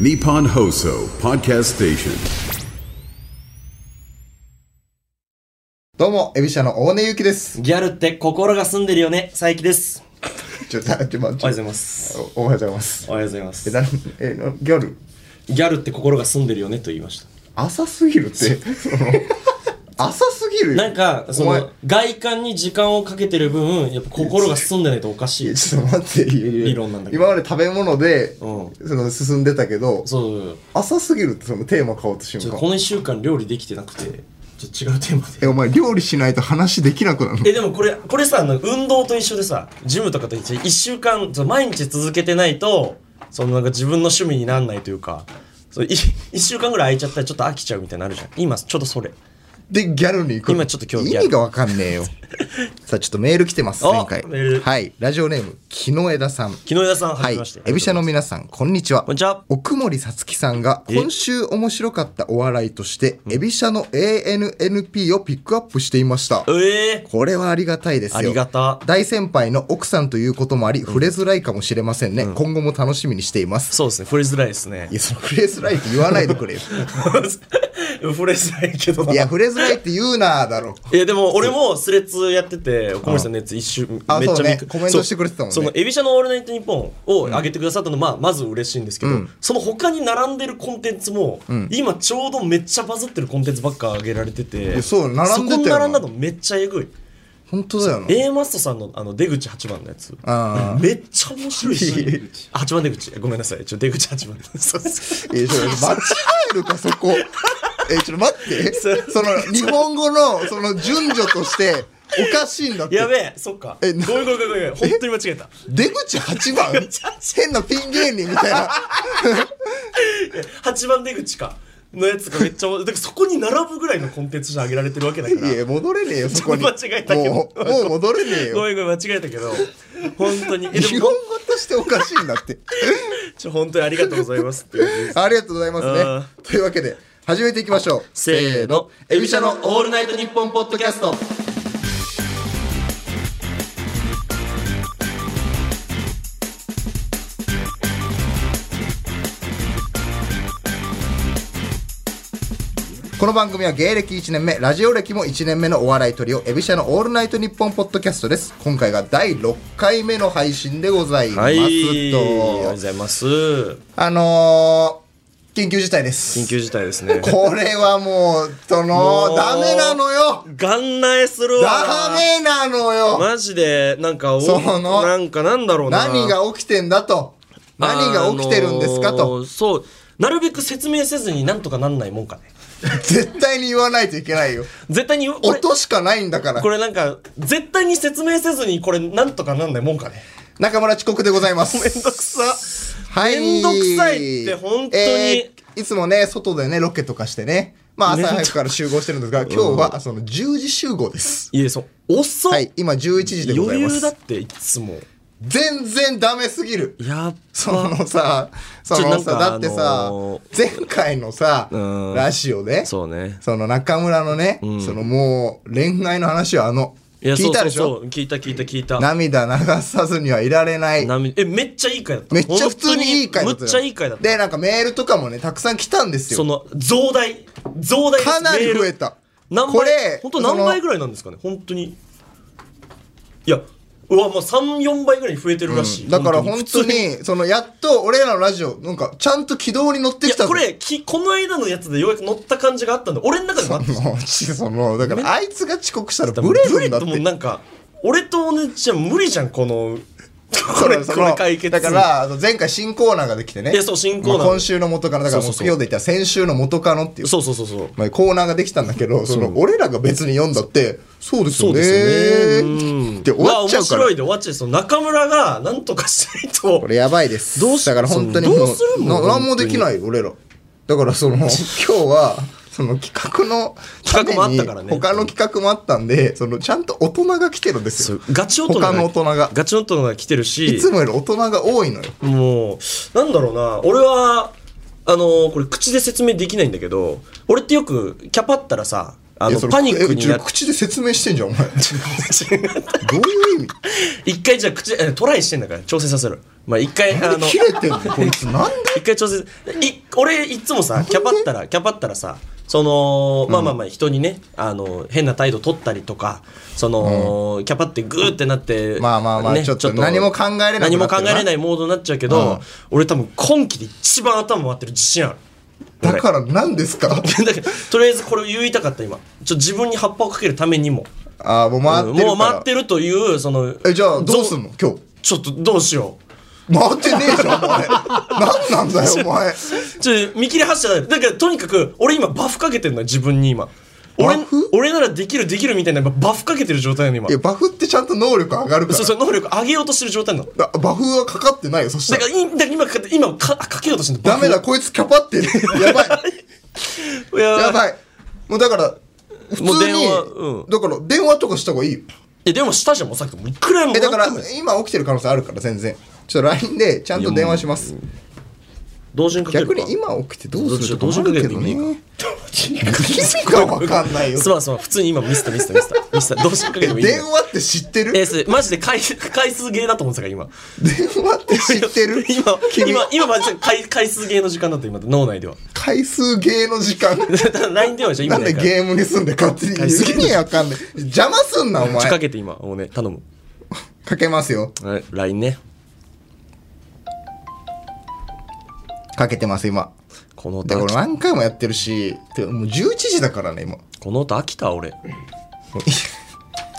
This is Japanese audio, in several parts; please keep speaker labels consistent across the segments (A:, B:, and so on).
A: Nippon Hoso Podcast Station.
B: どうも、エビシャの大根ゆきです。
C: ギャルって心が澄んでるよね、佐伯です。
B: ちょ、ちょ、ちょ、まちょ
C: おはようございます。
B: おおはようございます。
C: おはようございま
B: え、
C: す。
B: な、え、なギャル、
C: ギャルって心が澄んでるよねと言いまし
B: 浅すぎるって、その、 浅すぎるよ
C: た。なんか、そ
B: お前い
C: の、外観に時間をかけてる分、やっぱ心が澄んでないとおかしい
B: や。ちょっと待って、いやいや
C: 理論なんだけど
B: 今まで食べ物で、
C: うん
B: その、進んでたけど、
C: そう、
B: 浅すぎるって、その、テーマ変わった瞬
C: ちょっとこ
B: 間。
C: の一週間料理できてなくて、ちょっと違うテーマ
B: え、
C: で。
B: お前、料理しないと話できなくなるの
C: え、でもこれ、これさ、あの、運動と一緒でさ、ジムとかと一緒で一週間、その毎日続けてないと、そのなんか自分の趣味になんないというか、そうい一週間ぐらい空いちゃったらちょっと飽きちゃうみたいなのあるじゃん。今、ちょっとそれ。
B: で、ギャルに行くの。
C: 今ちょっと今日
B: 意
C: ギャル
B: 味がわかんねえ よ。さあ、ちょっとメール来てます、
C: お
B: 前回。
C: メール
B: はい、ラジオネーム、木の枝さん。
C: 木野枝さん、は
B: は
C: じ
B: い
C: めまして。、
B: エビシャの皆さん、こんにちは。
C: こんにちは
B: 奥森さつきさんが、今週面白かったお笑いとして、エビシャの ANNP をピックアップしていました。
C: ええ
B: これはありがたいですよ。
C: ありがた
B: 大先輩の奥さんということもあり、触れづらいかもしれませんね。今後も楽しみにしています。
C: そうですね、触れづらいですね
B: い。や、その触れづらいって言わないでくれよ。
C: 触れづらいけどない
B: や、
C: や。
B: 触れづらいって言うなだろ。
C: でも俺もスレッズやってて、小森さんのやつ一周めっちゃ
B: あ
C: 見
B: そうね
C: く
B: コメントしてくれてたもんね
C: そうそのエビシャのオールナイトニッポンを上げてくださったのまあまず嬉しいんですけど、その他に並んでるコンテンツも、今ちょうどめっちゃバズってるコンテンツばっか上げられてて、
B: やそう並んでたよな
C: そこに並んだのめっちゃえぐい。
B: 本当だよな。
C: A マストさんのあの出口8番のやつ。
B: あ
C: めっちゃ面白いし。8番 出口。ごめんなさい。ちょ出口8番。そうです
B: えー、ちょ間違えるか、そこ。えー、ちょっと待って。
C: そ
B: その、日本語の、その、順序として、おかしいんだって。
C: やべえ、そっか。
B: え
C: え、
B: な
C: ごめんごめんごめんごめん。本当に間違えた。
B: 出口8番変なピン芸人みたいな。
C: 8番出口かのやつがめっちゃだからそこに並ぶぐらいのコンテンツじゃ上げられてるわけだ から
B: いや、戻れねえよ、そこに。
C: 間違えたけど
B: もう、もう戻れねえ
C: ご
B: よ。
C: めんごめん間違えたけど本 当にえ
B: 日
C: で
B: 本
C: も
B: 語としておかしいんだって。
C: ちょ本当にありがとうございますっていう感じです
B: ありがとうございます
C: う
B: ね
C: ん。
B: というわけで、始めていきましょう。
C: せーの
B: エビシャの
C: オールナイトニッポン」ポッドキャスト
B: この番組は芸歴1年目、ラジオ歴も1年目のお笑いトリオ、エビシャのオールナイトニッポンポッドキャストです。今回が第6回目の配信でございま
C: はいあ
B: す
C: りがとうご
B: と。
C: ざいます
B: あのー、緊急事態です。
C: 緊急事態ですね
B: これはもう、その、
C: もう
B: ダメなのよ
C: 眼内するわ
B: ダメなのよ
C: マジでなんかお
B: その
C: なんかなんだろうな
B: 何が起きてんだと何が起きてるんですか
C: あの
B: と
C: ーそうなるべく説明せずになんとかなんないもんかね
B: 絶対に言わないといけないよ
C: 絶対に俺
B: 音しかないんだから
C: これなんか絶対に説明せずにこれなんとかなんないもんかね
B: 中村遅刻でございます
C: めんどくさ
B: はい
C: めんどくさいって本当に
B: えーいつもね外でねロケとかしてねまあ朝早くから集合してるんですが今日はその10時集合です
C: いやそう遅っ、
B: はい今11時でござ
C: 余
B: いま
C: 裕だっ
B: す
C: ていつも
B: 全然ダメすぎる
C: やっ
B: そのさそ
C: ちょな
B: の
C: ん
B: さ
C: か
B: だってさ
C: あのー
B: 前回のさ
C: うん
B: ラジオで
C: そうね
B: その中村のね、そのもう恋愛の話はあの、
C: いや
B: 聞いたでしょ
C: そうそうそう聞いた聞いた聞いた
B: 涙流さずにはいられない。
C: 涙えめっちゃいい回だった
B: めっちゃ普通にいい回だ
C: だ
B: っ。
C: ったためっちゃいい回だった
B: で、なんかメールとかもね、たくさん来たんです
C: そ
B: よ。
C: の増大増大です
B: かなり増え
C: メール
B: た。
C: 何倍
B: これ、
C: 本当何倍ぐ
B: らい
C: らいなんですかね本当にいやうわもう34倍ぐらいに増えてるらしい、
B: だから本当
C: 普通
B: に、そのやっと俺らのラジオ、なんかちゃんと軌道に乗って
C: い
B: きた
C: や
B: ぞ
C: こ、れきこの間のやつでようやく乗った感じがあったんで俺の中でもあった
B: もうちその、だからあいつが遅刻したら
C: ブ
B: ブ
C: レ
B: レ
C: ブ
B: る
C: レ
B: んだっ
C: と
B: て。
C: もうなんか俺とお姉ちゃん無理じゃんこの これ
B: そ
C: こ
B: の
C: れ解決
B: だから、あの前回新コーナーができてね。
C: いやそう新コーナー
B: まあ今週の元カノ、だから
C: そうそう
B: 木
C: そう
B: 曜で言ったら先週の元カノっていう。
C: そうそうそうそう
B: まあ、コーナーができたんだけどその俺らが別に読んだってそうです
C: そ
B: よ
C: う
B: ね
C: ですよねうん
B: って終わっちゃうか
C: わ
B: ら
C: 面白いで終わっちゃうその中村がなんとかしないと
B: これやばいです
C: どうし
B: だから本当に
C: その
B: も
C: どうするの
B: な何もできない俺らだから その今日はその企画のため
C: 企画もあっ
B: に
C: たからね
B: 他の企画もあったんでそのちゃんと大人が来てるんです
C: そ
B: よ
C: うガチ大人
B: 他の大人が
C: ガチ大人が来てるし
B: いつもより大人が多いのよ
C: もうなんだろうな俺はあのーこれ口で説明できないんだけど俺ってよくキャパったらさあ
B: い
C: の
B: やそれ
C: パニックにな
B: え
C: っ
B: ちょ口で説明してんじゃん お前どういう意味
C: 一回じゃあ口えトライしてんだから調整させるまあ一回あの
B: 切れてんのこいつなんで
C: 一回調整い俺いつもさキャパったらキャパったらさそのまあまあまあ人にね、あの変な態度取ったりとかその、キャパってグーってなって
B: まあまあまあちょっと何も考えれなくなってるな
C: 何も考えれないモードになっちゃうけど、
B: うん
C: 俺多分今期で一番頭回ってる自信ある
B: だから何ですか
C: だけどとりあえずこれを言いたかった今ちょ自分に葉っぱをかけるためにも
B: ああもう回ってるから、
C: もう回ってるというその
B: えじゃあどうすんの今日
C: ちょっとどうしよう
B: 回ってねえじゃんお前何なんだよお前
C: ちょ見切り発車だよだけどとにかく俺今バフかけてんのよ自分に今俺
B: バフ
C: 俺ならできるできるみたいなバフかけてる状態なの今
B: いやバフってちゃんと能力上がるから
C: そうそう能力上げようとしてる状態なの
B: だバフはかかってないよそした
C: だ
B: ら
C: からいだから今かか今かかけようとしてる
B: ダメだこいつキャパってるやばい
C: いや
B: や
C: い
B: ばいもうだから普通に
C: もう電話うん
B: だから電話とかした方がいいよ
C: やでもしたじゃんもうさっきもういくらも
B: えだから
C: なんも
B: 今起きてる可能性あるから全然ちょっと LINE でちゃんと電話します
C: 同時にかけるか
B: 逆に今起きてどうすると
C: 同
B: か
C: 時
B: も
C: に
B: ある
C: かけ
B: け
C: る
B: ど
C: の意
B: ね
C: 味
B: 意味が分かんないよ
C: すまんすまん普通に今ミスったミスったミスったミスった同時にかけ
B: え
C: てもいいよ
B: 電話って知ってる
C: え
B: 電
C: すマジで回数回数ゲーだと思ってたから今
B: 話って知ってる
C: 今
B: 君
C: 今今マジで回回数ゲーの時間だった今脳内では
B: 回数ゲーの時間
C: LINE ではじゃあ
B: な
C: 今
B: ん
C: な
B: で
C: いからちょ
B: ゲームにすんで勝手に
C: 回数ゲー
B: 意味わかんない邪魔すんなお前
C: かけて今もうね頼む
B: かけますよ
C: はい LINE ね
B: かけてます今
C: この
B: だ
C: 音
B: か
C: 飽
B: ら
C: き
B: 何回もやってるしてかもう11時だからね今
C: この音飽きた俺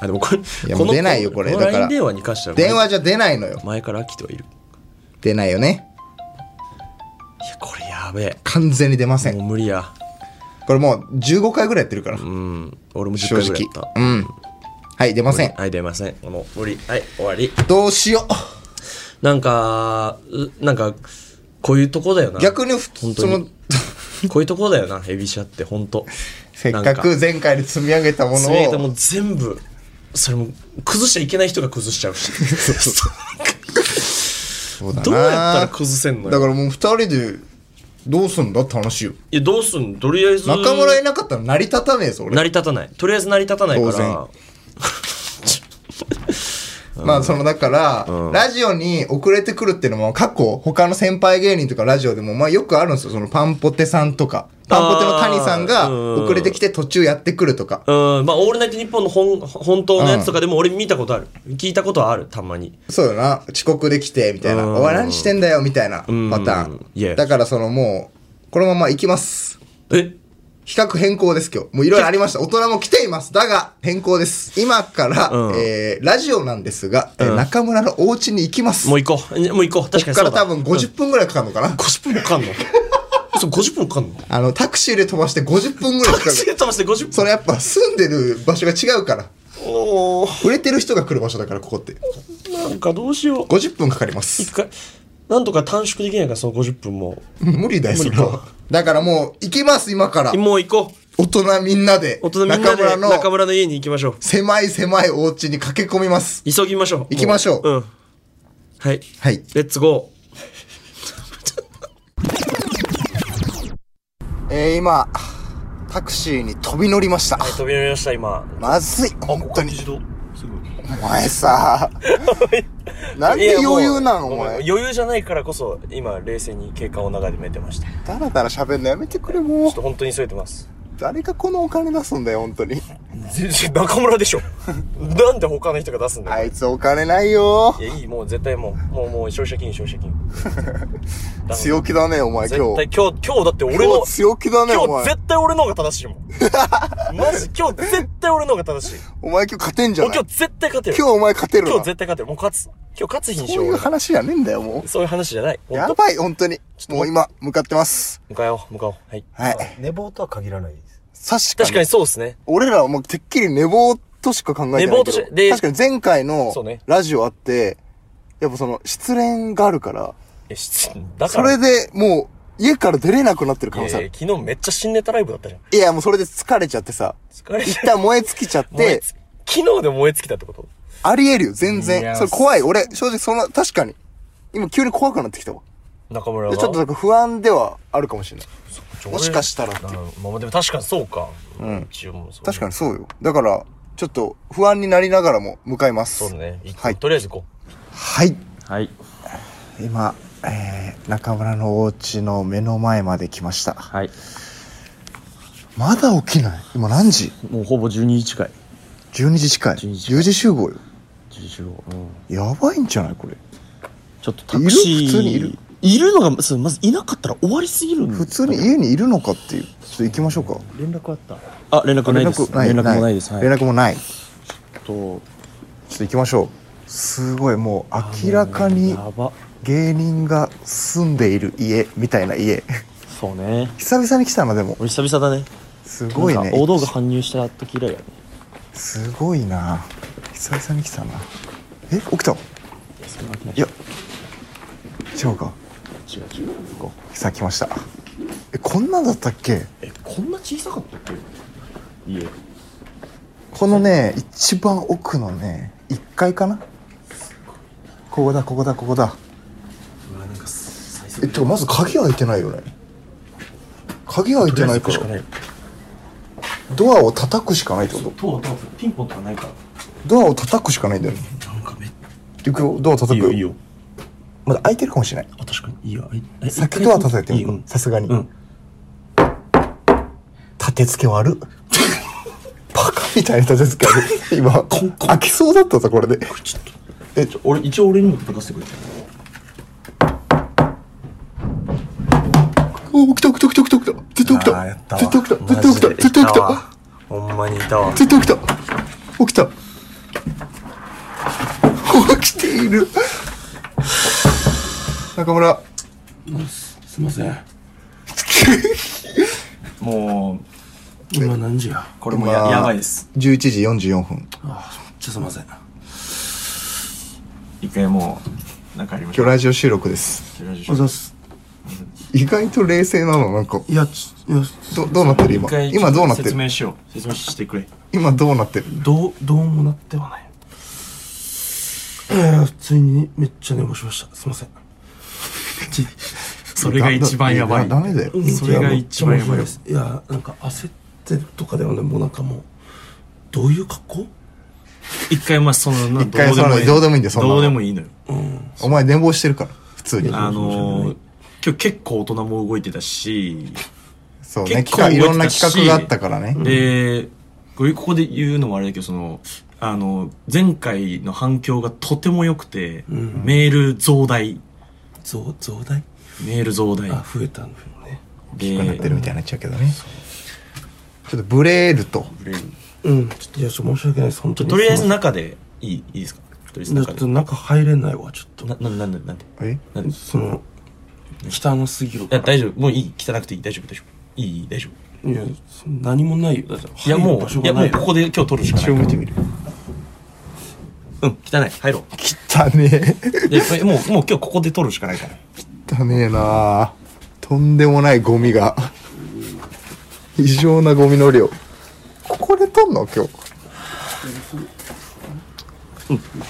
C: あでもこれ
B: いや
C: こ
B: も
C: の
B: う出ないよこれ
C: この
B: だから
C: LINE 電話に関しては
B: 電話じゃ出ないのよ
C: 前から飽きてはいる
B: 出ないよね
C: いやこれやべ
B: 完全に出ませ
C: えも
B: ん
C: う無理や
B: これもう15回ぐらいやってるから
C: うん俺も10
B: 正
C: 回ぐら
B: 直
C: いやった
B: うんはい出ません
C: はい出ませんもう無理はい終わり
B: どうしよ
C: なんかうなんかこういうとこだよな
B: う逆にふ
C: 本
B: そ
C: 当
B: の
C: にこういうとこだよなヘビシャって本当
B: せっ
C: なん
B: かく前回で積み上げたもの
C: それで
B: を
C: もう全部それも崩しちゃいけない人が崩しちゃ うし
B: そうだな
C: どうやったら崩せんのよ
B: だからもう2人でどうすんだって話よ
C: いやどうすんとりあえず
B: 中村いなかったら成り立たねえぞ俺
C: 成り立たないとりあえず成り立たないか
B: 当
C: ら
B: 然まあそのだから、ラジオに遅れてくるっていうのも過去他の先輩芸人とかラジオでもまあよくあるんですよそのパンポテさんとかパンポテの谷さん
C: あ
B: が
C: ー
B: 遅れてきて途中やってくるとか
C: うんまあ「オールナイトニッポン」の本本当のやつとかでも俺見たことある、聞いたことはあるたまに
B: そうだな遅刻できてみたいな
C: うん
B: おい何してんだよみたいなパタ
C: ん
B: ー
C: Yeah
B: ンだからそのもうこのまま行きます
C: え
B: 比較変更です今日もういろいろありました大人も来ていますだが変更です今から、
C: うん
B: えーラジオなんですが、えー中村のお家に行きます
C: も
B: こ
C: う行こうもう行こう確か
B: っ
C: に
B: か
C: そう
B: ら
C: だ
B: 多分50分ぐらいかかるのかな、
C: 50分もかかん のそう50分もかかんの
B: あのタクシーで飛ばして50分ぐらいかか
C: 手
B: る
C: 飛ばして50分
B: それやっぱ住んでる場所が違うから
C: おー
B: 売れてる人が来る場所だからここって
C: なんかどうしよう
B: 50分かかります
C: 一回なんとか短縮できないかその50分も
B: 無理だよそれ
C: 無理
B: はだからもう行きます今から
C: もう行こう
B: 大人みんなで
C: 大人みんな
B: 中
C: で
B: 村の
C: 中村の家に行きましょう
B: 狭い狭いお家に駆け込みます
C: 急ぎましょう
B: 行きましょう
C: もんはい
B: はい
C: レッツゴ
B: えー、今タクシーに飛び乗りました
C: ー飛び乗りました今
B: まずい本当に
C: 自動すごい
B: お前 さなん
C: い
B: で
C: やもう
B: 余裕なのお
C: ごめん
B: 前
C: 余裕じゃないからこそ今冷静に経過を眺めてましたち
B: だ
C: ょ
B: らだら喋んのやめてくれもう
C: っと本当に急いでます
B: 誰がこのお金出すんだよ本当に
C: 全然中村でしょ なんで他の人が出すんだよ、
B: あいつお金ないよ
C: い、やいいもう絶対もうもうもう消費者金消費者金
B: 強気だねお前今
C: 絶対
B: 日
C: 今日今日だって俺
B: 今
C: の
B: 日強気だねお
C: 今日
B: 前
C: 絶対俺の方が正し いもんマジ今日絶対俺の方が正しい
B: お前今日勝てんじゃ
C: もう
B: ない
C: 今
B: 今
C: 日絶対勝てる
B: 日お前勝てる
C: 今日
B: な
C: 絶対勝てるもう勝つ今日勝つ日にし
B: そ
C: よ
B: う
C: う
B: いう
C: よ
B: 話じゃねえんだよも
C: そういう話じゃないう本当
B: やばい本当にもう今向かってます
C: 向かよう向かおうはい
B: はい
D: 寝坊とは限らないです。
B: 確かに
C: 確かにそうですね
B: 俺らはもうてっきり寝坊としか考えてないけど。
C: 寝坊としで
B: 確かに前回の
C: そうね
B: ラジオあって、やっぱその失恋があるから、
C: えしだか
B: そ
C: ら
B: れでもう家から出れなくなってる可能性あ
C: いや
B: る
C: い。や昨日めっちゃ新ネタライブだったじゃん
B: いや、もうそれで疲れちゃってさ、
C: 疲れ
B: 一
C: ちゃ
B: 旦燃え尽きちゃっ
C: 燃え
B: て
C: つ、昨日で燃え尽きたってこと
B: あり得るよ、全
C: い
B: 然。
C: や
B: それ怖い。俺、正直その、確かに。今急に怖くなってきたわ。
E: 中村が
B: でちょっとなんか不安ではあるかもしれない。もしかしたらっていう
E: うんまあでも確かにそうかうん一応もうそう
B: 確かにそうよ。だから、ちょっと不安になりながらも向かいます。
E: そうね一個
B: はい
E: とりあえず行こ
B: はい。
F: はい。
B: 今、えー、中村のお家の目の前まで来ました。
F: はい。
B: まだ起きない今何時
F: もうほぼ12時近い。
B: ?12 時近い。
F: 12
B: 10
F: 時近い
B: 時集合よ。
F: 10時15うん。
B: やばいんじゃないこれ。
F: ちょっとタクシー。
B: いる普通にいる
F: いるのが、そうまずいなかったら終わりすぎるんだ
B: 普通に家にいるのかっていう。ちょっと行きましょうか。
C: 連絡あった
F: あ、連絡ないです。
B: ない
F: 連絡もないです。はい。
B: 連絡もない。ち
F: と、
B: ょっと行きましょう。すごい、もう明らかに
F: やば。
B: 芸人が住んでいる家みたいな家。
F: そうね。
B: 久々に来たな、でも。
F: 俺久々だね。
B: すごい
F: な
B: ね
F: ん。か大道具搬入した時以来やね。
B: すごいな久々に来たなえ起きたい
F: そんなわけない
B: や違うか
F: 違う違う。行こう
B: さあ来ましたえこんなんだったっけ
F: え、こんな小さかったっけ家。
B: このね一番奥のね1階かなここだここだここだ
E: ううわなんか最
B: えてかまず鍵開いてないよね鍵開いてないか
E: しからない
B: ドアを叩くしかないってこと
F: とうとうピンポンとかないから。
B: ドアを叩くしかないんだよね
E: なんかめっち
B: 行くよドア
E: ゃ
B: 叩
E: いい
B: く
E: よいいよ
B: まだ開いてるかもしれない
E: あ確かにいいよえ
B: さっきドア叩いてみる
E: うん
B: さすがに、
E: うん
B: 立て付け悪っバカみたいな立て付け悪い今開きそうだったぞこれでえちょ
F: 俺、一応俺にも叩かせてくれた。
B: お来た来た来た来た来た絶対来
E: あーやった
B: た
E: わ
B: 絶対来た
E: マ
B: 絶対来
E: ジ
B: た
E: で
B: 絶対来
E: いわ
B: た
E: ほんまにいたわ
B: 絶対起きた起きた 起きている中村
E: すいません
F: も
E: 今何時や
F: う、これもや,、
B: まあ
F: やばいです。
B: 11時44分
E: ちょっとすいません
F: 一回もう、なんかありまし
B: 今日ラジオ収録です
F: た。ラジ
E: お
F: オ
E: ざす
B: 意外と冷静なのなんか
E: いやちいや
B: どどうなってる今
F: 一回
B: 今どうなって
F: 説
B: る
F: 明しよう。説明してくれ。
B: 今どうなってる
E: どうどうもなってはないいやいや普通にめっちゃ寝坊しましたすいませんち
F: それが一番やばい。
B: ダメだよ。
F: それが一番やばいです。
E: いやなんか焦ってるとかではねもうなんかもうどういう格好
F: 一回まあそのな
B: 一回そのどうでもいいんだよそんなの
F: どうでもいいのよ。
B: お前寝坊してるから、普通に。
F: あのー、今日結構大人も動いてたし、
B: そうね、
F: 結
B: 企画、いろ
F: 構
B: ん
F: 動い
B: な
F: てたし
B: 企画があったからね。
F: で、これここで言うのもあれだけど、その、あの、前回の反響がとても良くて、メール増大。
E: 増増大
F: メール増大。
E: あ増えたのよね
F: で
B: なってるみたいになっちゃうけどね。ちょっとブレールと。
E: うんちょっといやちょっと申し訳ないです本当に
F: とりあえず中で、いい、いいですかとりあえず
E: ちょっ
F: 中
E: と
F: で。
E: 中入れないわちょっと
F: な、なんで、なんで、なんで。
B: え
F: なんでい
E: その汚すぎるか
F: や、
E: ら
F: 大丈夫。もういい。汚くていい。大丈夫、大丈夫。いいいい、大丈夫。
E: いやその何もないよだって
F: いや、も
E: 入る場
F: う、
E: 所
F: いや、
E: が
F: も
E: な
F: う
E: い
F: ここで今日撮るしかない。
B: 一応見てみる。
F: うん、汚い。入ろう。
B: 汚ねえ。
F: で、これもう、もう今日ここで撮るしかないから。
B: 汚ねえなあとんでもないゴミが。異常なゴミの量。ここで撮んの今日。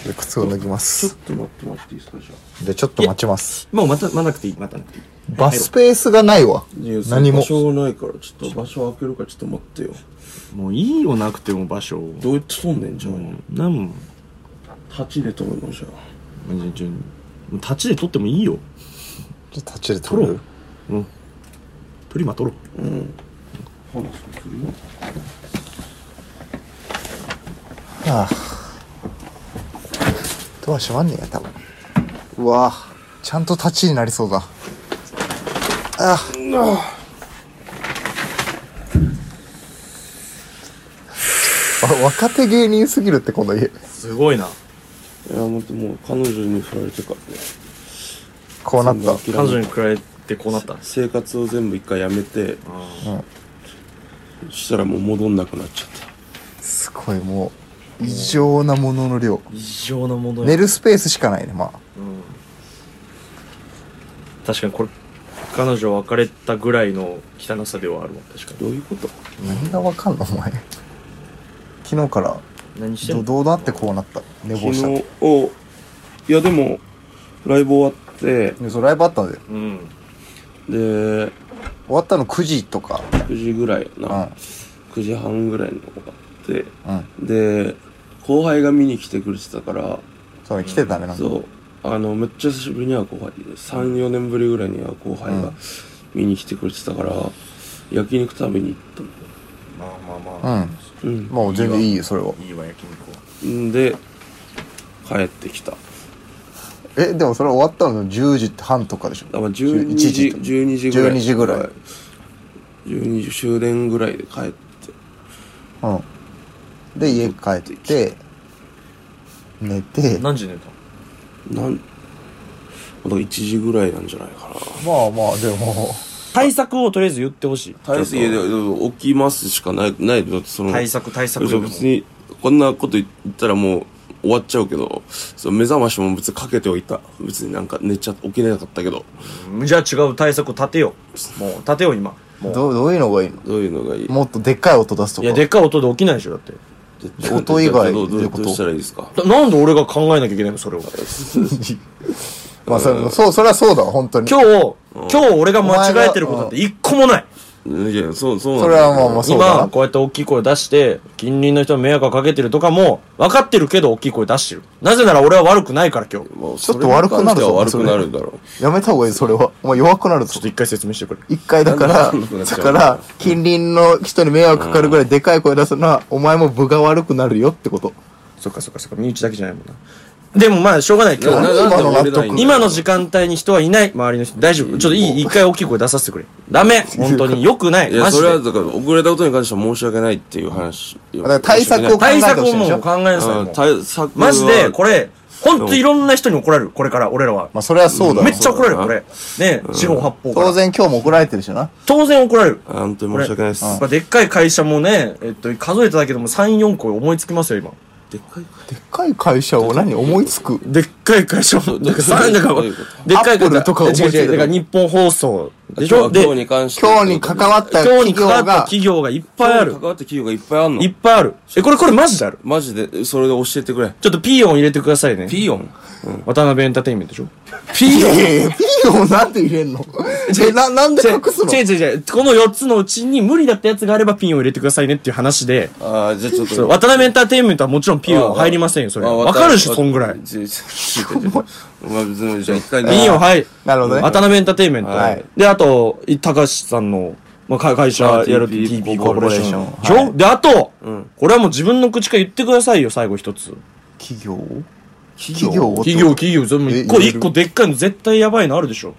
B: で靴を脱ぎま
E: ちょっ
B: す。
E: と待って待っていいですかじゃあ
B: で、ちょっと待ちます。
F: もうまた、まなくていい。またなくていい。
B: バスペースがないわ
E: いや。
B: 何も
E: 場。所がないからちょっと場所開けるからちょっと待ってよ
F: もういいよ、なくても場所。
E: どうやって飛んでんじゃん、
F: なんも、
E: 鉢で飛ぶのじゃあ
F: 全然、もう立ちで撮ってもいいよ。
B: ちょっと立ちで撮
F: 撮ろう
B: る。
F: うん。プリマ撮ろう。
B: ああドア閉まんねえや多分うわあちゃんと立ちになりそうだあああ若手芸人すぎるってこの家
F: すごいな。
E: いやもうもう彼女に振られてからね
B: こうなった
E: そんな諦め
F: 彼女に比べてこうなった。
E: 生活を全部一回やめてそしたらもう戻んなくなっちゃった
B: すごいもう異常なものの量
F: 異常なもの
B: 寝るスペースしかないねまあ
F: 確かにこれ、彼女別れたぐらいの汚さではあるわ。確かに。
E: どういうこと
B: 何がわかんのお前昨日から
F: 何して
B: ど
F: んの
B: どうだってこうなった寝
E: 昨
B: 坊した
E: 日をいやでもライブ終わっって、
B: でそうライブあったんで
G: うん。
E: で、
B: 終わったの9時とか
E: 9時ぐらいやな、
B: うん
E: 9時半ぐらいに終わって、
B: うん
E: で、後輩が見に来てくれてたから、
B: そうね来てたねなんか
E: そう、あの、めっちゃ久しぶりには後輩、3、4年ぶりぐらいには後輩が見に来てくれてたから、焼肉食べに行ったの
G: まあまあまあ。
B: うん
E: うん。
B: もう全然いいよそれはい
G: いわ、焼肉は。
E: んで帰ってきただ
B: えでもそれ終わったの10時半とかでしょ
E: から12
B: 11
E: 時
B: と
E: 12時ぐらい
B: 12時ぐらい
E: は12時終電ぐらいで帰って
B: うんで家帰って寝て
G: 何時寝た
E: なんだから1時ぐらいなんじゃないかな
B: まあまあでも
F: 対策をとりあえず言ってほしい。
E: 対策いやでも起きますしかないないだってその
F: 対策、対策。
E: そう別にこんなこと言ったらもう終わっちゃうけどその目覚ましも別にかけておいた別になんか寝ちゃ起きれなかったけど
F: じゃあ違う対策を立てよう。もう、立てよう今。もう。
B: どうどういうのがいいの
E: どういうのがいい
B: もっとでっかい音出すと
F: い
B: か
F: や、でっかい音で起きないでしょ、だって。
B: 音以外
E: どうどう
B: って
E: ど
B: こ
E: う
B: と
E: したらいいですか
F: だなんで俺が考えなきゃいけないの、それを。
B: まあそれそうそれはそうだわ本当に
F: 今日、今日俺が間違えてることなんて一個もない。
E: いやそうそうなん
B: そ
E: だ
B: れはまあまあそうだ
F: 今、
B: な
F: こうやって大きい声出して、近隣の人に迷惑をかけてるとかも、分かってるけど大きい声出してる。なぜなら俺は悪くないから今日。
E: まあ
B: ちょっと悪くなるぞ
E: それに関しては悪くなるだろう
B: やめた方がいいそれはお前弱くなる
F: ちょ
B: ぞ
F: っと一回説明してくれ。
B: 一回だか
E: な
B: ら、
E: ん
B: だ
E: で
B: から、近隣の人に迷惑かかるぐらいでかい声出すのは、お前も分が悪くなるよってこと。
F: そっかそっかそっか、身内だけじゃないもんな。でもまあ、しょうがない、今日
E: な
F: は。
E: な
B: 今の
E: なんで俺らいいんだ
F: 今の時間帯に人はいない、周りの人。大丈夫。ちょっといい、一回大きい声出させてくれ。ダ メ本当に。良くないい
E: や
F: マ
E: そ
F: ジ
E: れは
F: で。
E: だから遅れたことに関しては申し訳ないっていう話
B: だから対策を考え
F: 対
B: て
F: 策
B: ほし
F: を
B: いんでし
F: もう
B: ょ。
F: 考えなさい
E: あ
F: もう。
E: 対策は
F: マジで、これ、ほんといろんな人に怒られる。これから、俺らは
B: ま。あ、それはそうだろ
F: めっちゃ怒られる、
E: そう
F: こ
E: だ
F: れ。ね四方八方から
B: 当。然今日も怒られてるしな。
F: 当然怒られる。
E: 本当に申し訳ないです
F: やっぱでっかい会社もね、えっと、数えただけでも3、4個思いつきますよ、今。
E: でっかい
B: でっかい会社を何思いつく。
F: でっかい会社も、だからさ、だから
E: どういうこと
F: でっかい
B: アップルとか思いつい
F: 違う
B: て
F: 違
B: る
F: うだから日本放送でし
E: 今
F: ょ
E: 日
F: で、
E: 今日に関して
B: 今日に関わった
F: 今
B: 企
F: 日に
B: 業
F: 関わった
B: が、
F: 企業がいっぱいあ
E: 今
F: る
E: 日に。関わった企業がいっぱいあんの
F: いっぱいある。え、これこれマジである。
E: マジでそれで教えてくれ
F: ちょっとピーヨン入れてくださいね。
E: ピーヨン
F: 渡辺エンターテインメントでしょ
B: いやいやいや、ピーをなんで入れん のえ、な、なんで隠すの
F: 違う違う違う。この4つのうちに無理だったやつがあればピンを入れてくださいねっていう話で、
E: ああじゃあちょっ
F: そう
E: と
F: 渡辺エンターテインメントはもちろんピンは入りませんよ、それ。わかるでしょ、そんぐらい。
E: ちょちょちょちょちょまあ別にじゃあ一回
F: ピンを入る。
B: なるほどね
F: 渡辺エンターテインメント。
B: はい
F: で、あと、い高橋さんの、まあ、会会社やる
E: TP
F: TP コーポレーション。
B: コーポレーション
F: でしょ、で、あと、これはもう自分の口から言ってくださいよ、最後一つ。
B: 企業企業
F: 企業、企業、全部一個、
B: え入れる
F: 一個でっかいの絶対やばいのあるでしょ。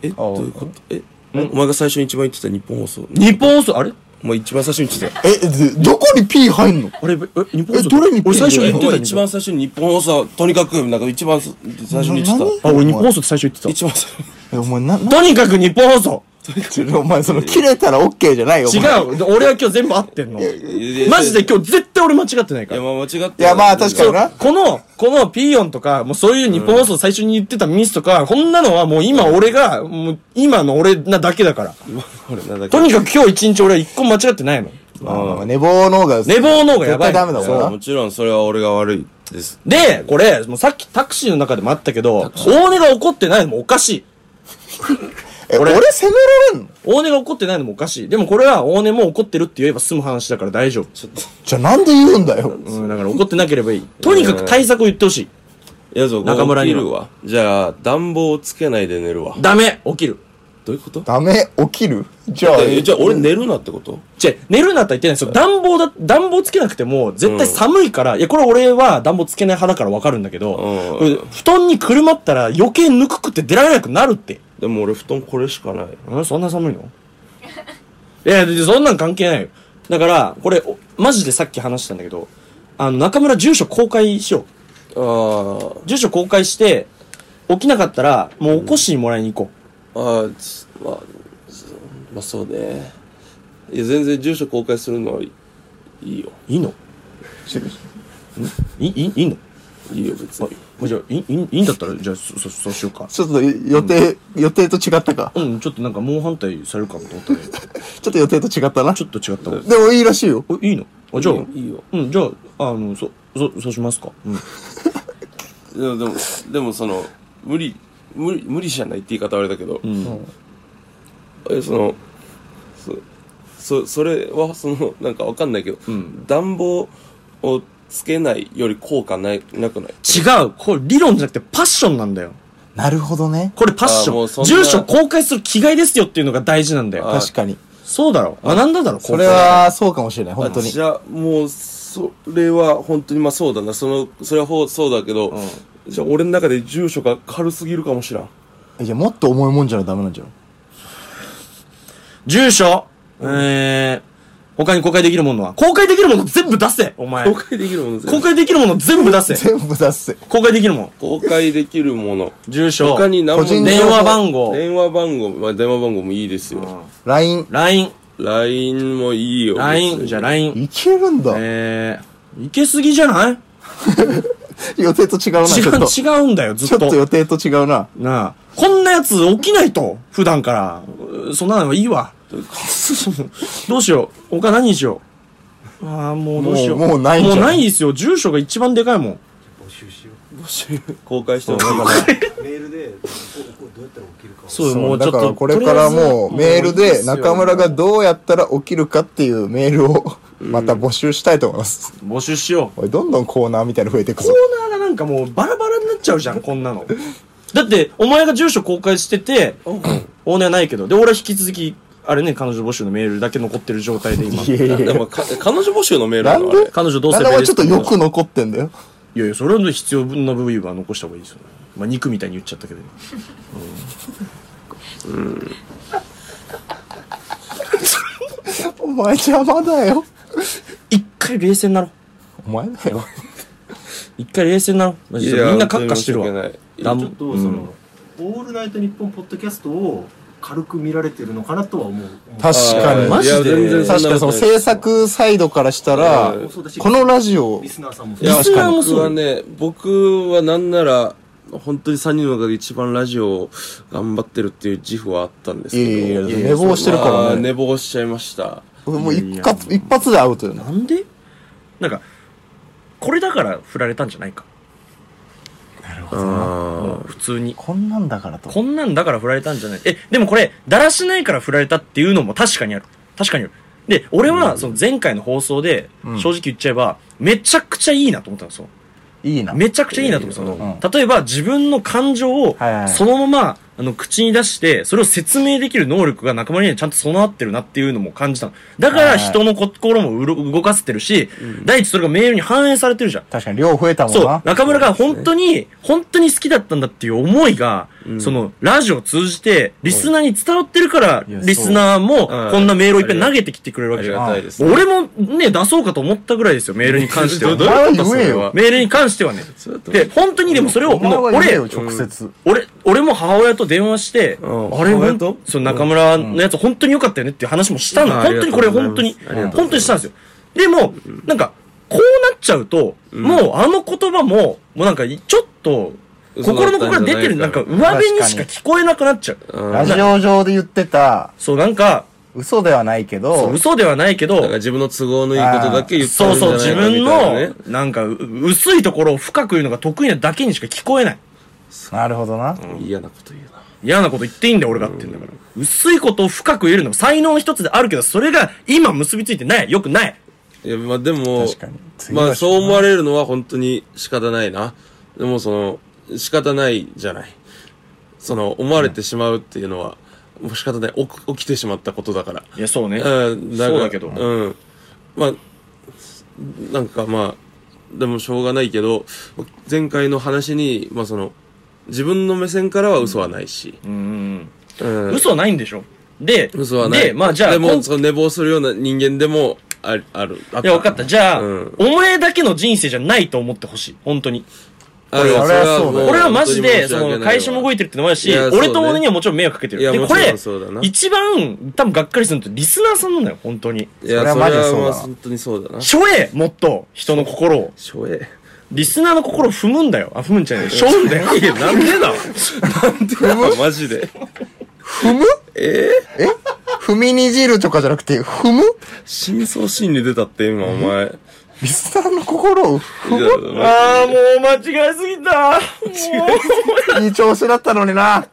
E: えどういうことえお前が最初に一番言ってた日本放送
F: 日本放送、あれ
E: お前一番最初に言ってたよ
B: え、ずどこにピー入んの
F: あれ、え、日本放
B: え
F: 送
B: どれに
F: 俺最初言って
E: お
F: た
E: 前
F: の
E: 一番最初に日本放送とにかくなんか一番最初に言って
B: 何
E: た
F: あ、俺日本放送って最初言ってた。
E: 一番最初
B: え、お前な、な、
F: とにかく日本放送
B: お前その、 切れたらオッケーじゃないよ。お
F: 違
B: 前
F: う俺は今日全部合ってんの
E: いや
F: マジで今日絶対俺間違ってないか
E: いや
F: ら
E: まあ間違ってない
B: いや、まあ確かにな。
F: この、このピーヨンとか、もうそういう日本放送最初に言ってたミスとか、こんなのはもう今俺が、もう今の俺なだけだから。
E: これなんだっけ
F: とにかく今日一日俺は一個も間違ってないの。
B: まあまあまあ寝坊の方が、
F: 寝坊の方がやば
B: 絶対
F: い
B: ダメだもん
E: そう
B: な
E: も。ちろんそれは俺が悪いです
F: で、これ、もうさっきタクシーの中でもあったけど、大根が怒ってないのもおかしい。
B: え、俺責められんの
F: 大根が怒ってないのもおかしい。でもこれは大根も怒ってるって言えば済む話だから大丈夫。
B: じゃあなんで言うんだよ。
F: うん、だから怒ってなければいい。とにかく対策を言ってほしい。
E: いやぞ
F: 中村に
E: 起
F: は
E: きるわじゃあ暖房をつけないで寝るわ
F: ダメ起きる。
E: どういうこと
B: ダメ、起きるじゃあ、
E: えじゃあ俺寝るなってこと
F: 違う、寝るなとは言ってないですよ。暖房だ、暖房つけなくても、絶対寒いから、いや、これ俺は暖房つけない派だからわかるんだけど、
E: う
F: 布団にくるまったら余計ぬくくて出られなくなるって。
E: でも俺布団これしかない
F: うん、そんな寒いのいや、でそんなん関係ないよ。だから、これ、おマジでさっき話したんだけど、あの、中村住所公開しよう。
E: あ
F: 住所公開して、起きなかったら、もう起こしにもらいに行こう。
E: あああつまあそうまあそうねいや全然住所公開するのはいいいよ
F: いいのいい、いいの
E: いいよ別に
F: まあじゃあ、いい、いいんだったら、じゃあ、そ、そ、そうしようか。
B: ちょっと予定、予定と違ったか。
F: うん、ちょっとなんか猛反対されるかもと思ったね。
B: ちょっと予定と違ったな。
F: ちょっと違ったわ。
B: でもいいらしいよ。
F: おいいのあ、じゃあ、
E: いいよ
F: うん、じゃあ、あの、そ、そ、そうしますか。うん。
E: でもでもでもその無理無理無理じゃないって言い方はあれだけど、えそのそそそれはそのなんかわかんないけど、暖房をつけないより効果ないなくない
F: 違うこれ理論じゃなくてパッションなんだよ。
B: なるほどね。
F: これパッシ
E: あーもう
F: ョ
E: そ
F: ン。
E: んな
F: 住所公開する気概ですよっていうのが大事なんだよ。
E: あ
B: 確かに。
F: そうだろ。学んだだろ、
B: それは、そうかもしれない、本当に。
E: じゃあもうそれは本当にまあそうだなそのそれはほうそうだけど、じゃあ俺の中で住所が軽すぎるかもしらん
B: いや、もっと重いもんじゃないとダメなんじゃん。
F: 住所、えー、他に公開できるものは公開できるもの全部出せお前
E: 公開できるもの全部
F: 公開できるもの全部出せ
B: 全部出せ。
F: 公開できるもの
E: 公開できるもの
F: 住所、
E: 他に何も
B: 個人
F: 電話番号、
E: 電話番号、まあ、電話番号もいいですよ。
B: LINE。
F: LINE、
E: LINE もいいよ。別
F: LINE、
E: に
F: じゃあ LINE。
B: いけるんだ。
F: えー、いけすぎじゃない
B: 予定と違うな、
F: 違
B: ちょっと。ち
F: う、違うんだよ、ず
B: ょ
F: っ
B: っと
F: と。
B: 予定と違うな。
F: なあ、こんなやつ起きないと、普段から。うそんなのはいいわ。 どうしよう、他何にしよう。ああ、もうどうしよう。
B: もうもうないんじ
F: も
B: ゃ
F: うんないですよ、住所が一番でか いもん。
E: 公開してもらう
H: メールでこうこうどうやったら起きるか
F: そう、
B: そ
F: も
B: う
F: うち
B: だ
F: ょっ
B: から
F: と。
B: これからもうメールで中村
F: が
B: がどうやったら起きるかっていうメールをまた募集したいと思います。
F: 募集しよう。
B: おい、どんどんコーナーみたいなの増えていく
F: コ
B: ぞ。
F: ーナーがなんかもうバラバラになっちゃうじゃん、こんなの。だって、お前が住所公開してて、お金はないけど。で、俺は引き続き、あれね、彼女募集のメールだけ残ってる状態で今。
B: いやいやい
E: で
B: や。
E: もか彼女募集のメールなの
B: な
E: あ
B: ん
E: れ
B: で
F: 彼女どう
B: な
F: せ
B: ん
F: ベ
B: でお前
F: レ
B: ちょ
F: ス
B: っと
F: テ
B: よく残ってんだよ。
F: いやいや、それは必要な部分は残した方がいいですよね。まあ、肉みたいに言っちゃったけど。
B: お前邪魔だよ。
F: 一回冷静になろう。
B: お前だよ。
F: 一回冷静になろう。マジ
E: い
F: で
E: や
F: みんなカッカしてるわ。
E: 本当に申し訳
F: だん
E: ない
F: ち
E: ち
F: ょ
E: ょっと、
F: っとそのうん
C: オールナイトニッポンポッドキャストを軽く見られてるのかなとは思う。
B: 確かに。
F: マジ
B: 確
F: で
B: かにその制作サイドからしたら、
C: もうそうだし
B: このラジオ
C: リ、スナーさんも。
F: リスナーも
E: 僕
F: そ
E: は
F: うよ。
E: ね、僕はなんなら、本当に3人の中で一番ラジオを頑張ってるっていう自負はあったんですけど。
B: いやいやいや寝坊してるからね
E: まあ寝坊しちゃいました。
B: もう一発、一発でアウトよな。
F: なんでなんか、これだから振られたんじゃないか。なるほど。普通に。
B: こんなんだからと。
F: こんなんだから振られたんじゃない。え、でもこれ、だらしないから振られたっていうのも確かにある。確かにある。で、俺は、その前回の放送で、正直言っちゃえば、めちゃくちゃいいなと思ったんですよ。
B: いいな。
F: めちゃくちゃいいなと思った
B: う
F: の
B: ん。
F: 例えば、自分の感情を
B: はいはいは、い
F: そのまま、あの、口に出して、それを説明できる能力が仲間にはちゃんと備わってるなっていうのも感じたの。だか
B: はいは
F: ら、
B: い
F: 人の心もうろ動かせてるし、第一、それがメールに反映されてるじゃん。
B: 確かに量増えたもんな。
F: そう、中村が本当に、本当に好きだったんだっていう思いが、その、ラジオを通じて、リスナーに伝わってるから、
B: いや
F: リスナーも、
E: ん
F: こんなメールをいっぱい投げてきてくれるわ
E: あ
F: け
E: り
F: じゃん。
E: がたいです。
F: 俺もね、出そうかと思ったぐらいですよ、メールに関して は。
B: どういうことお前は言えよそれは
F: メールに関してはね。で、本当にでもそれを、
B: お前
F: もう
B: は言えよ、、
F: 俺
B: 直接。
F: 俺、俺も母親と電話して、
E: ん
F: あれ、
E: 母
F: ほ
E: 親
F: ん
E: と
F: その中村のやつ本当に良かったよねっていう話もしたの。
E: うん
F: 本当にこれ
E: ありがと
F: 本
E: うご
F: 当
E: ざい
F: に
E: ますありが、とうございます
F: 本当にしたんですよ。でも、なんか、こうなっちゃうと、もうあの言葉も、もうなんか、ちょっと、心のここから出てる、
E: 嘘だ
F: な
E: っ
F: んか、
E: たん
F: 上辺にしか
B: 確
F: 聞こえなくなっちゃう。
B: ラジオ上で言ってた、
F: そう、なんか、
B: 嘘ではないけ
F: そう
B: ど、
F: 嘘ではないけ
E: だから
F: ど、
E: 自分の都合のいいことだけ言って
F: そ
E: る
F: うん
E: じゃ
F: そう、
E: ないか
F: 自
E: みた
F: 分
E: いなね
F: の、なんか、う薄いところを深く言うのが得意なだけにしか聞こえない。
B: なるほどな。
E: 嫌なこと言うな。
F: 嫌なこと言っていいんだよ、俺がって言うんだから。薄いことを深く言えるのも才能の一つであるけど、それが今結びついてない。よくない。
E: いや、まあでも、
B: 確かに
E: まあそう思われるのは本当に仕方ないな。でもその、仕方ないじゃない。その、思われてしまうっていうのは、もう仕方ない。起き起きてしまったことだから。
F: いや、そうね
E: うん、なんか
F: そうだけど
E: うん。まあ、なんかまあ、でもしょうがないけど、前回の話に、まあその、自分の目線からは嘘はないし。うん
F: 嘘はないんでしょで、
E: 嘘はない。
F: で、まあじゃあ、
E: で
F: こん
E: も、その寝坊するような人間でも、ある、ある。
F: いや、分かった。じゃあ、
E: うん
F: お前だけの人生じゃないと思ってほしい。本当に。
E: ある
B: それはそうだよ
F: 俺はマジで、その、会社も動
E: い
F: いてるってのもあるし、
E: いやそう
F: 俺
E: ね
F: と俺にはもちろん迷惑かけてる。
E: いや
F: で、
E: も
F: こ
E: ちろん
F: れ
E: そうだな、
F: 一番、多分がっかりするのってリスナーさんなんだよ、本当に。
E: いや、
B: それは
E: それ
B: マ
E: は
B: ジでそうだ
E: ま
B: な
E: あ本当にそうだな。
F: しょえもっと、人の心を。
E: しょえ。
F: リスナーの心を踏むんだよ。あ、踏むんじゃない。しょうんだよ。いや、なんでだ
E: マジ で。
B: 踏むええ踏みにじるとかじゃなくて、踏む
E: 真相心理出たって、今、お前。
B: リスナーの心を踏む
E: いや
F: ああ、もう間違えすぎいだ。も
B: いい調子だったのにな。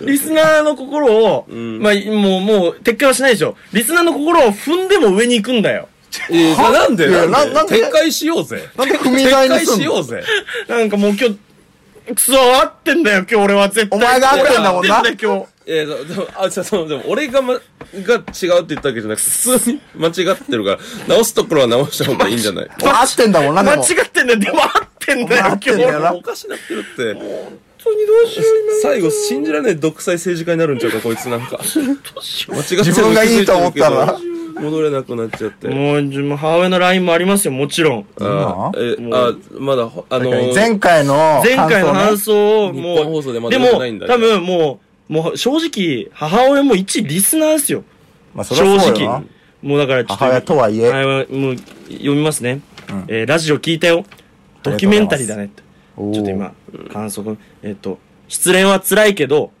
F: う、 リスナーの心を、まあ、もう、もう、撤回はしないでしょ。リスナーの心を踏んでも上に行くんだよ。
E: えー、なんで
B: いや
E: な
B: なんん
E: で
B: で
E: 撤回しようぜ。
B: なんで踏み
E: 撤
B: 台に
E: 回
B: す
E: し
B: ん
E: よ
B: の
E: うぜ。
F: なんかもう今日、くそ、合ってんだよ、今日俺は絶対。
B: お前が合ってんだもんな
F: 俺合ってんだよ
E: えー、でも、あ、じゃあその、でも、俺がま、が違うって言ったわけじゃなくて、普通に間違ってるから、直すところは直した方がいいんじゃない
B: 合ってんだもんな、
F: 今
B: で
F: 日。
B: も。
F: 間違ってんだよ、でも合ってんだよ、
B: 合
F: 今
B: っ
F: 日
B: てんだよな。
E: おかしなってるって。本当にどうしよう今。最後、信じられない独裁政治家になるんちゃうか、こいつなんか。 間違ってる
B: 自分がいいと思ったら
E: 気づいてるけど。戻れなくなっちゃって。
F: もう、自分母親の LINE もありますよ、もちろん。
E: あーえ、あ、まだ、ほあのー、
B: 前回の
F: 前回の
B: 感
F: 搬
B: 想ね
F: 送を、もう、
E: 日本放送でまだ
F: も
E: やってないんだね
F: 多分もう、もう正直、母親も一リスナーですよ。
B: まあそ
F: 正
B: りゃそうよな
F: 直。もうだからちょっと。
B: 母親とはいえ
F: 母親もう読みますね。えーラジオ聞いたよ。ドキュメンタリーだねって。
B: ー
F: ちょっと今、感想が、えっ、と、失恋は辛いけど、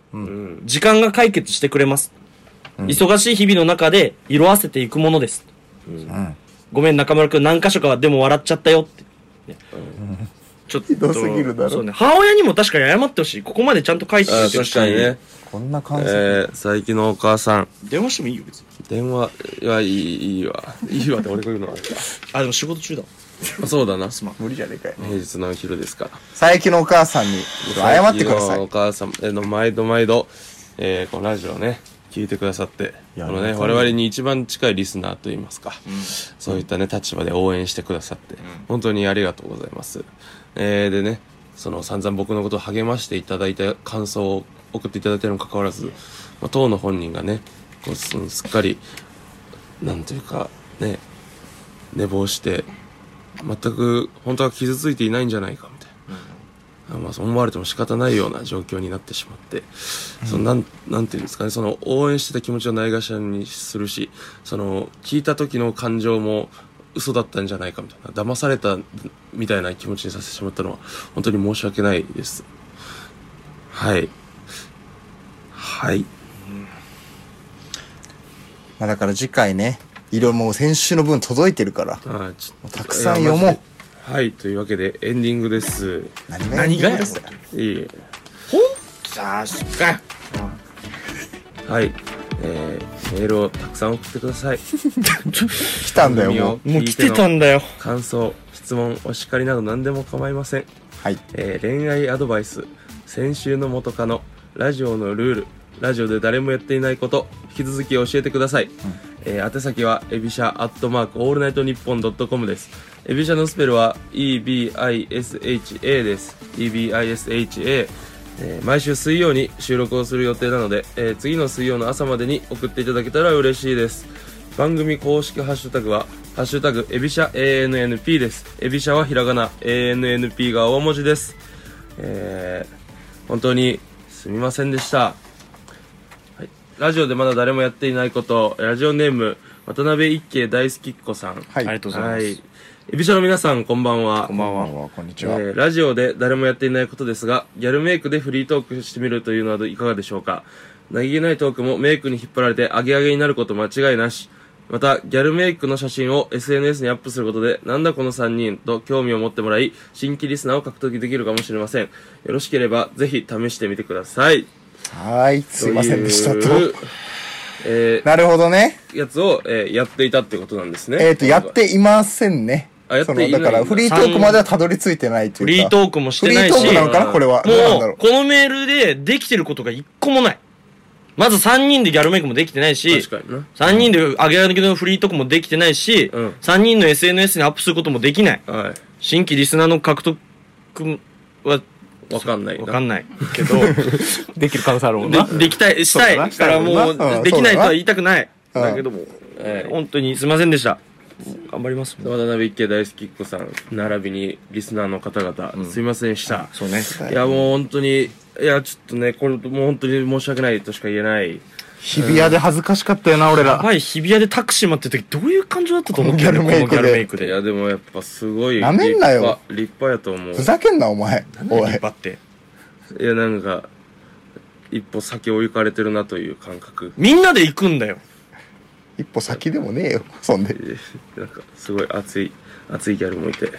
F: 時間が解決してくれます。忙しい日々の中で色あせていくものです。ごめん、中村くん、何箇所かはでも笑っちゃったよって。ねちょっと、
B: どすぎるだろ
F: そうね。母親にも確かに謝ってほしい。ここまでちゃんと返してく
E: あ
F: れ
E: ー
F: てるし
E: 確かにね。
B: こんな感想。
E: えー、最近のお母さん、
F: 電話してもいいよ、別に。
E: 電話、いや、いい、いいわ。いいわって俺が言うのは。
F: あ、でも仕事中だ。
E: あそうだな、すまん。
B: 無理じゃねえかよ。
E: 平日のお昼ですから。
B: 佐伯のお母さんに謝ってくださ
E: お
B: い。
E: 母さんへの毎度毎度、えーこのラジオをね、聞いてくださって、このね、我々に一番近いリスナーといいますか、そういったね、立場で応援してくださって、本当にありがとうございます。えーでね、その散々僕のことを励ましていただいた感想を送っていただいたにもかかわらず、まあ、当の本人がね、こうそのすっかり、なんというか、ね、寝坊して、全く本当は傷ついていないんじゃないか、みたいな。まあ、そう思われても仕方ないような状況になってしまって、そのなんなんていうんですかねその応援してた気持ちをないがしろにするしその聞いた時の感情も嘘だったんじゃないかみたいな騙されたみたいな気持ちにさせてしまったのは本当に申し訳ないですはいはい
B: まあだから次回ね、いろいろもう先週の分届いてるから。
E: あーちょ
B: たくさん読もう
E: いやマジではいというわけでエンディングです
B: 何が何がやこれ
E: いいえ
F: 確か
E: はいえー、メールをたくさん送ってください
B: 来たんだよ、もう。
F: もう来てたんだよ。
E: 感想質問お叱りなど何でも構いません、
B: はい。
E: えー恋愛アドバイス先週の元カノラジオのルールラジオで誰もやっていないこと引き続き教えてください、えー宛先はエビシャアットマークオールナイトニッポンドットコムですエビシャのスペルは EBISHA です EBISHA えー毎週水曜に収録をする予定なので、えー次の水曜の朝までに送っていただけたら嬉しいです番組公式ハッシュタグは「ハッシュタグエビシャ ANNP」ですエビシャはひらがな ANNP が大文字ですえー本当にすみませんでした、はい、ラジオでまだ誰もやっていないことラジオネーム渡辺一慶大好きっ子さんはい
B: ありが
F: とうございます
E: エビシャの皆さんこんばんはこんばんは
B: こんばんはこんにちは。
E: えーラジオで誰もやっていないことですが、ギャルメイクでフリートークしてみるというのはいかがでしょうか。何気ないトークもメイクに引っ張られてアゲアゲになること間違いなし。また、ギャルメイクの写真を SNS にアップすることで、なんだこの3人と興味を持ってもらい、新規リスナーを獲得できるかもしれません。よろしければ、ぜひ試してみてください。
B: はーい。すいませんでした
E: とい
B: と
E: う。え
B: なるほどね。
E: ーやつを、えーやっていたってことなんですね。
B: えっ、と、やっていませんね。
E: あやっていないんだ
B: そのだから、フリートークまではたどり着いてないと
F: フ
B: いう
F: リー
B: か。
F: トークもしてないし。
B: フリートークなのかなこれは。どうなんだ
F: も
B: ろ
F: う、このメールでできてることが一個もない。まず3人でギャルメイクもできてないし、
E: 確かにな
F: 3人で上げ上げのフリートークもできてないし、
E: うん
F: 3人の SNS にアップすることもできない。
E: はい。
F: 新規リスナーの獲得は
E: わかんないな。
F: わかん
E: い。
F: ないけど、
B: う。 できる可能性あるも
F: でできたい、したい
B: そ
F: か
B: うだ
F: ら
B: な
F: も
B: そうだなう
F: う、
B: ん
F: できないとは言いたくない。
B: うん
F: だけども、えー本当にすいませんでした。頑張ります。
E: 渡辺一家大好きっ子さん並びにリスナーの方々、すいませんでした、
F: そうね。
E: いやもう本当にいやちょっとねこれもう本当に申し訳ないとしか言えない
B: 日比谷で恥ずかしかったよな、俺ら。
F: 前日比谷でタクシー待ってる時どういう感情だったと思う
B: このギャルメイクで
F: このギャルメイク
E: い
F: で。
E: やでもやっぱすごい
B: なめんなよ
E: 立派立派やと思う
B: ふざけんな、お前。おい。
F: バッて。
E: いやなんか一歩先を行かれてるなという感覚
F: みんなで行くんだよ。
B: 一歩先でもねえよ。そんで。
E: なんかすごい熱い熱いギャルもいて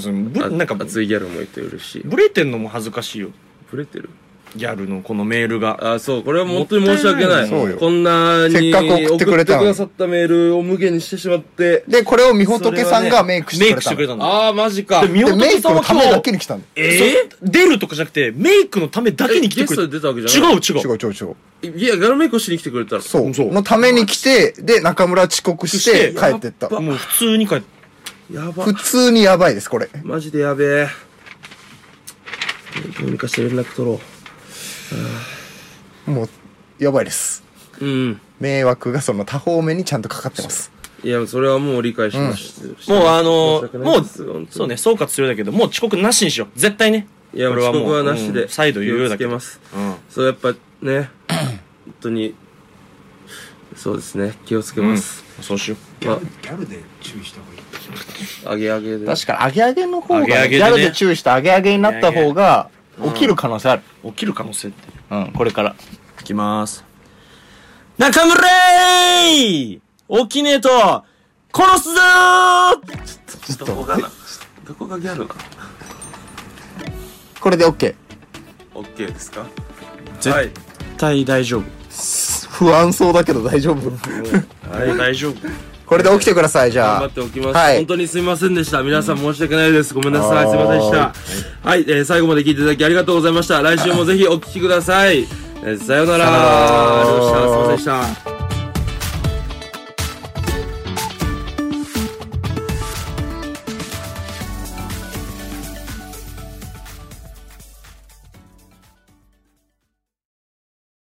F: そのぶなんか
E: 熱いギャルもいて嬉しい。
F: ブレてんのも恥ずかしいよ
E: ブレてる
F: ギャルのこのメールが
E: あ、そう、これは本当に申し訳ない。
B: そうよ
E: こんなに
B: せっかく送ってくれたのに
E: 送ってくださったメールを無限にしてしまって。
B: で、これをみほとけさんがメイクして
F: メイ
B: くれ
F: クし
B: の。
F: たてくれたの
E: ああ、マジか
F: で。みお
B: で
F: と
B: メ
F: け
B: イク
F: さん
B: の
F: は
B: た
F: 今
B: めだ
F: 日
B: けに来たんだ
F: えー、出るとかじゃなくてメイクのためだけに来て
E: えゲス
F: くれ
E: トで出たわけじゃ
F: 違
E: な
F: う違
B: 違
F: う
B: う違う違う。
E: い。いや、ガルメイクをしに来てくれたら。
B: そう。
F: そう
B: のために来て、で、中村遅刻して
F: して
B: 帰ってった。
F: もう普通に帰って
E: やば
B: 普。通にやばいです、これ。
E: マジでやべえ。どうにかして連絡取ろ
B: もう、やばいです。
E: う。うん。
B: 迷惑がその多方面にちゃんとかかってます。
E: いや、それはもう理解しました。
F: もうあ
E: 申
F: の
E: し訳ない
F: も
E: です本
F: う
E: 当
F: そうね総括するだけどもう遅刻なしにしよう絶対ね
E: いや、
F: こ
E: こ
F: れ
E: れ
F: は
E: は
F: もう
E: もう、なし
F: うん
E: で。
F: 再度言うようだけど
E: 気をつけます。
F: うん
E: そう、やっぱね、本当に、そうですね、気をつけます。
F: そうしよ
E: ま
I: ギャルで注意した方がいい
E: あ、上げ上げで。
B: 確かに、上げ上げの方が、
F: 上げ上げでね
B: ギャルで注意して上げ上げになった方が、起きる可能性ある。
F: う起きる可能性って
B: うん、これから。
F: いきます中村ー起きねえと殺すぞー
E: どこがな、どこがギャルな
B: これで OK。
E: オッケーですか
F: 絶対大丈夫
B: 不安そうだけど大丈夫。
F: 大丈夫
B: これで起きてください、じゃ
E: 頑張
B: あ
E: って。おきます、
B: はい
E: 本当にすみませんでした。皆さん申し訳ないです。ごめんなさい。すみませんでした。はい、えー最後まで聞いていただきありがとうございました。来週もぜひお聞きください。えーさようなら。ありがとうございましたすみませんでした。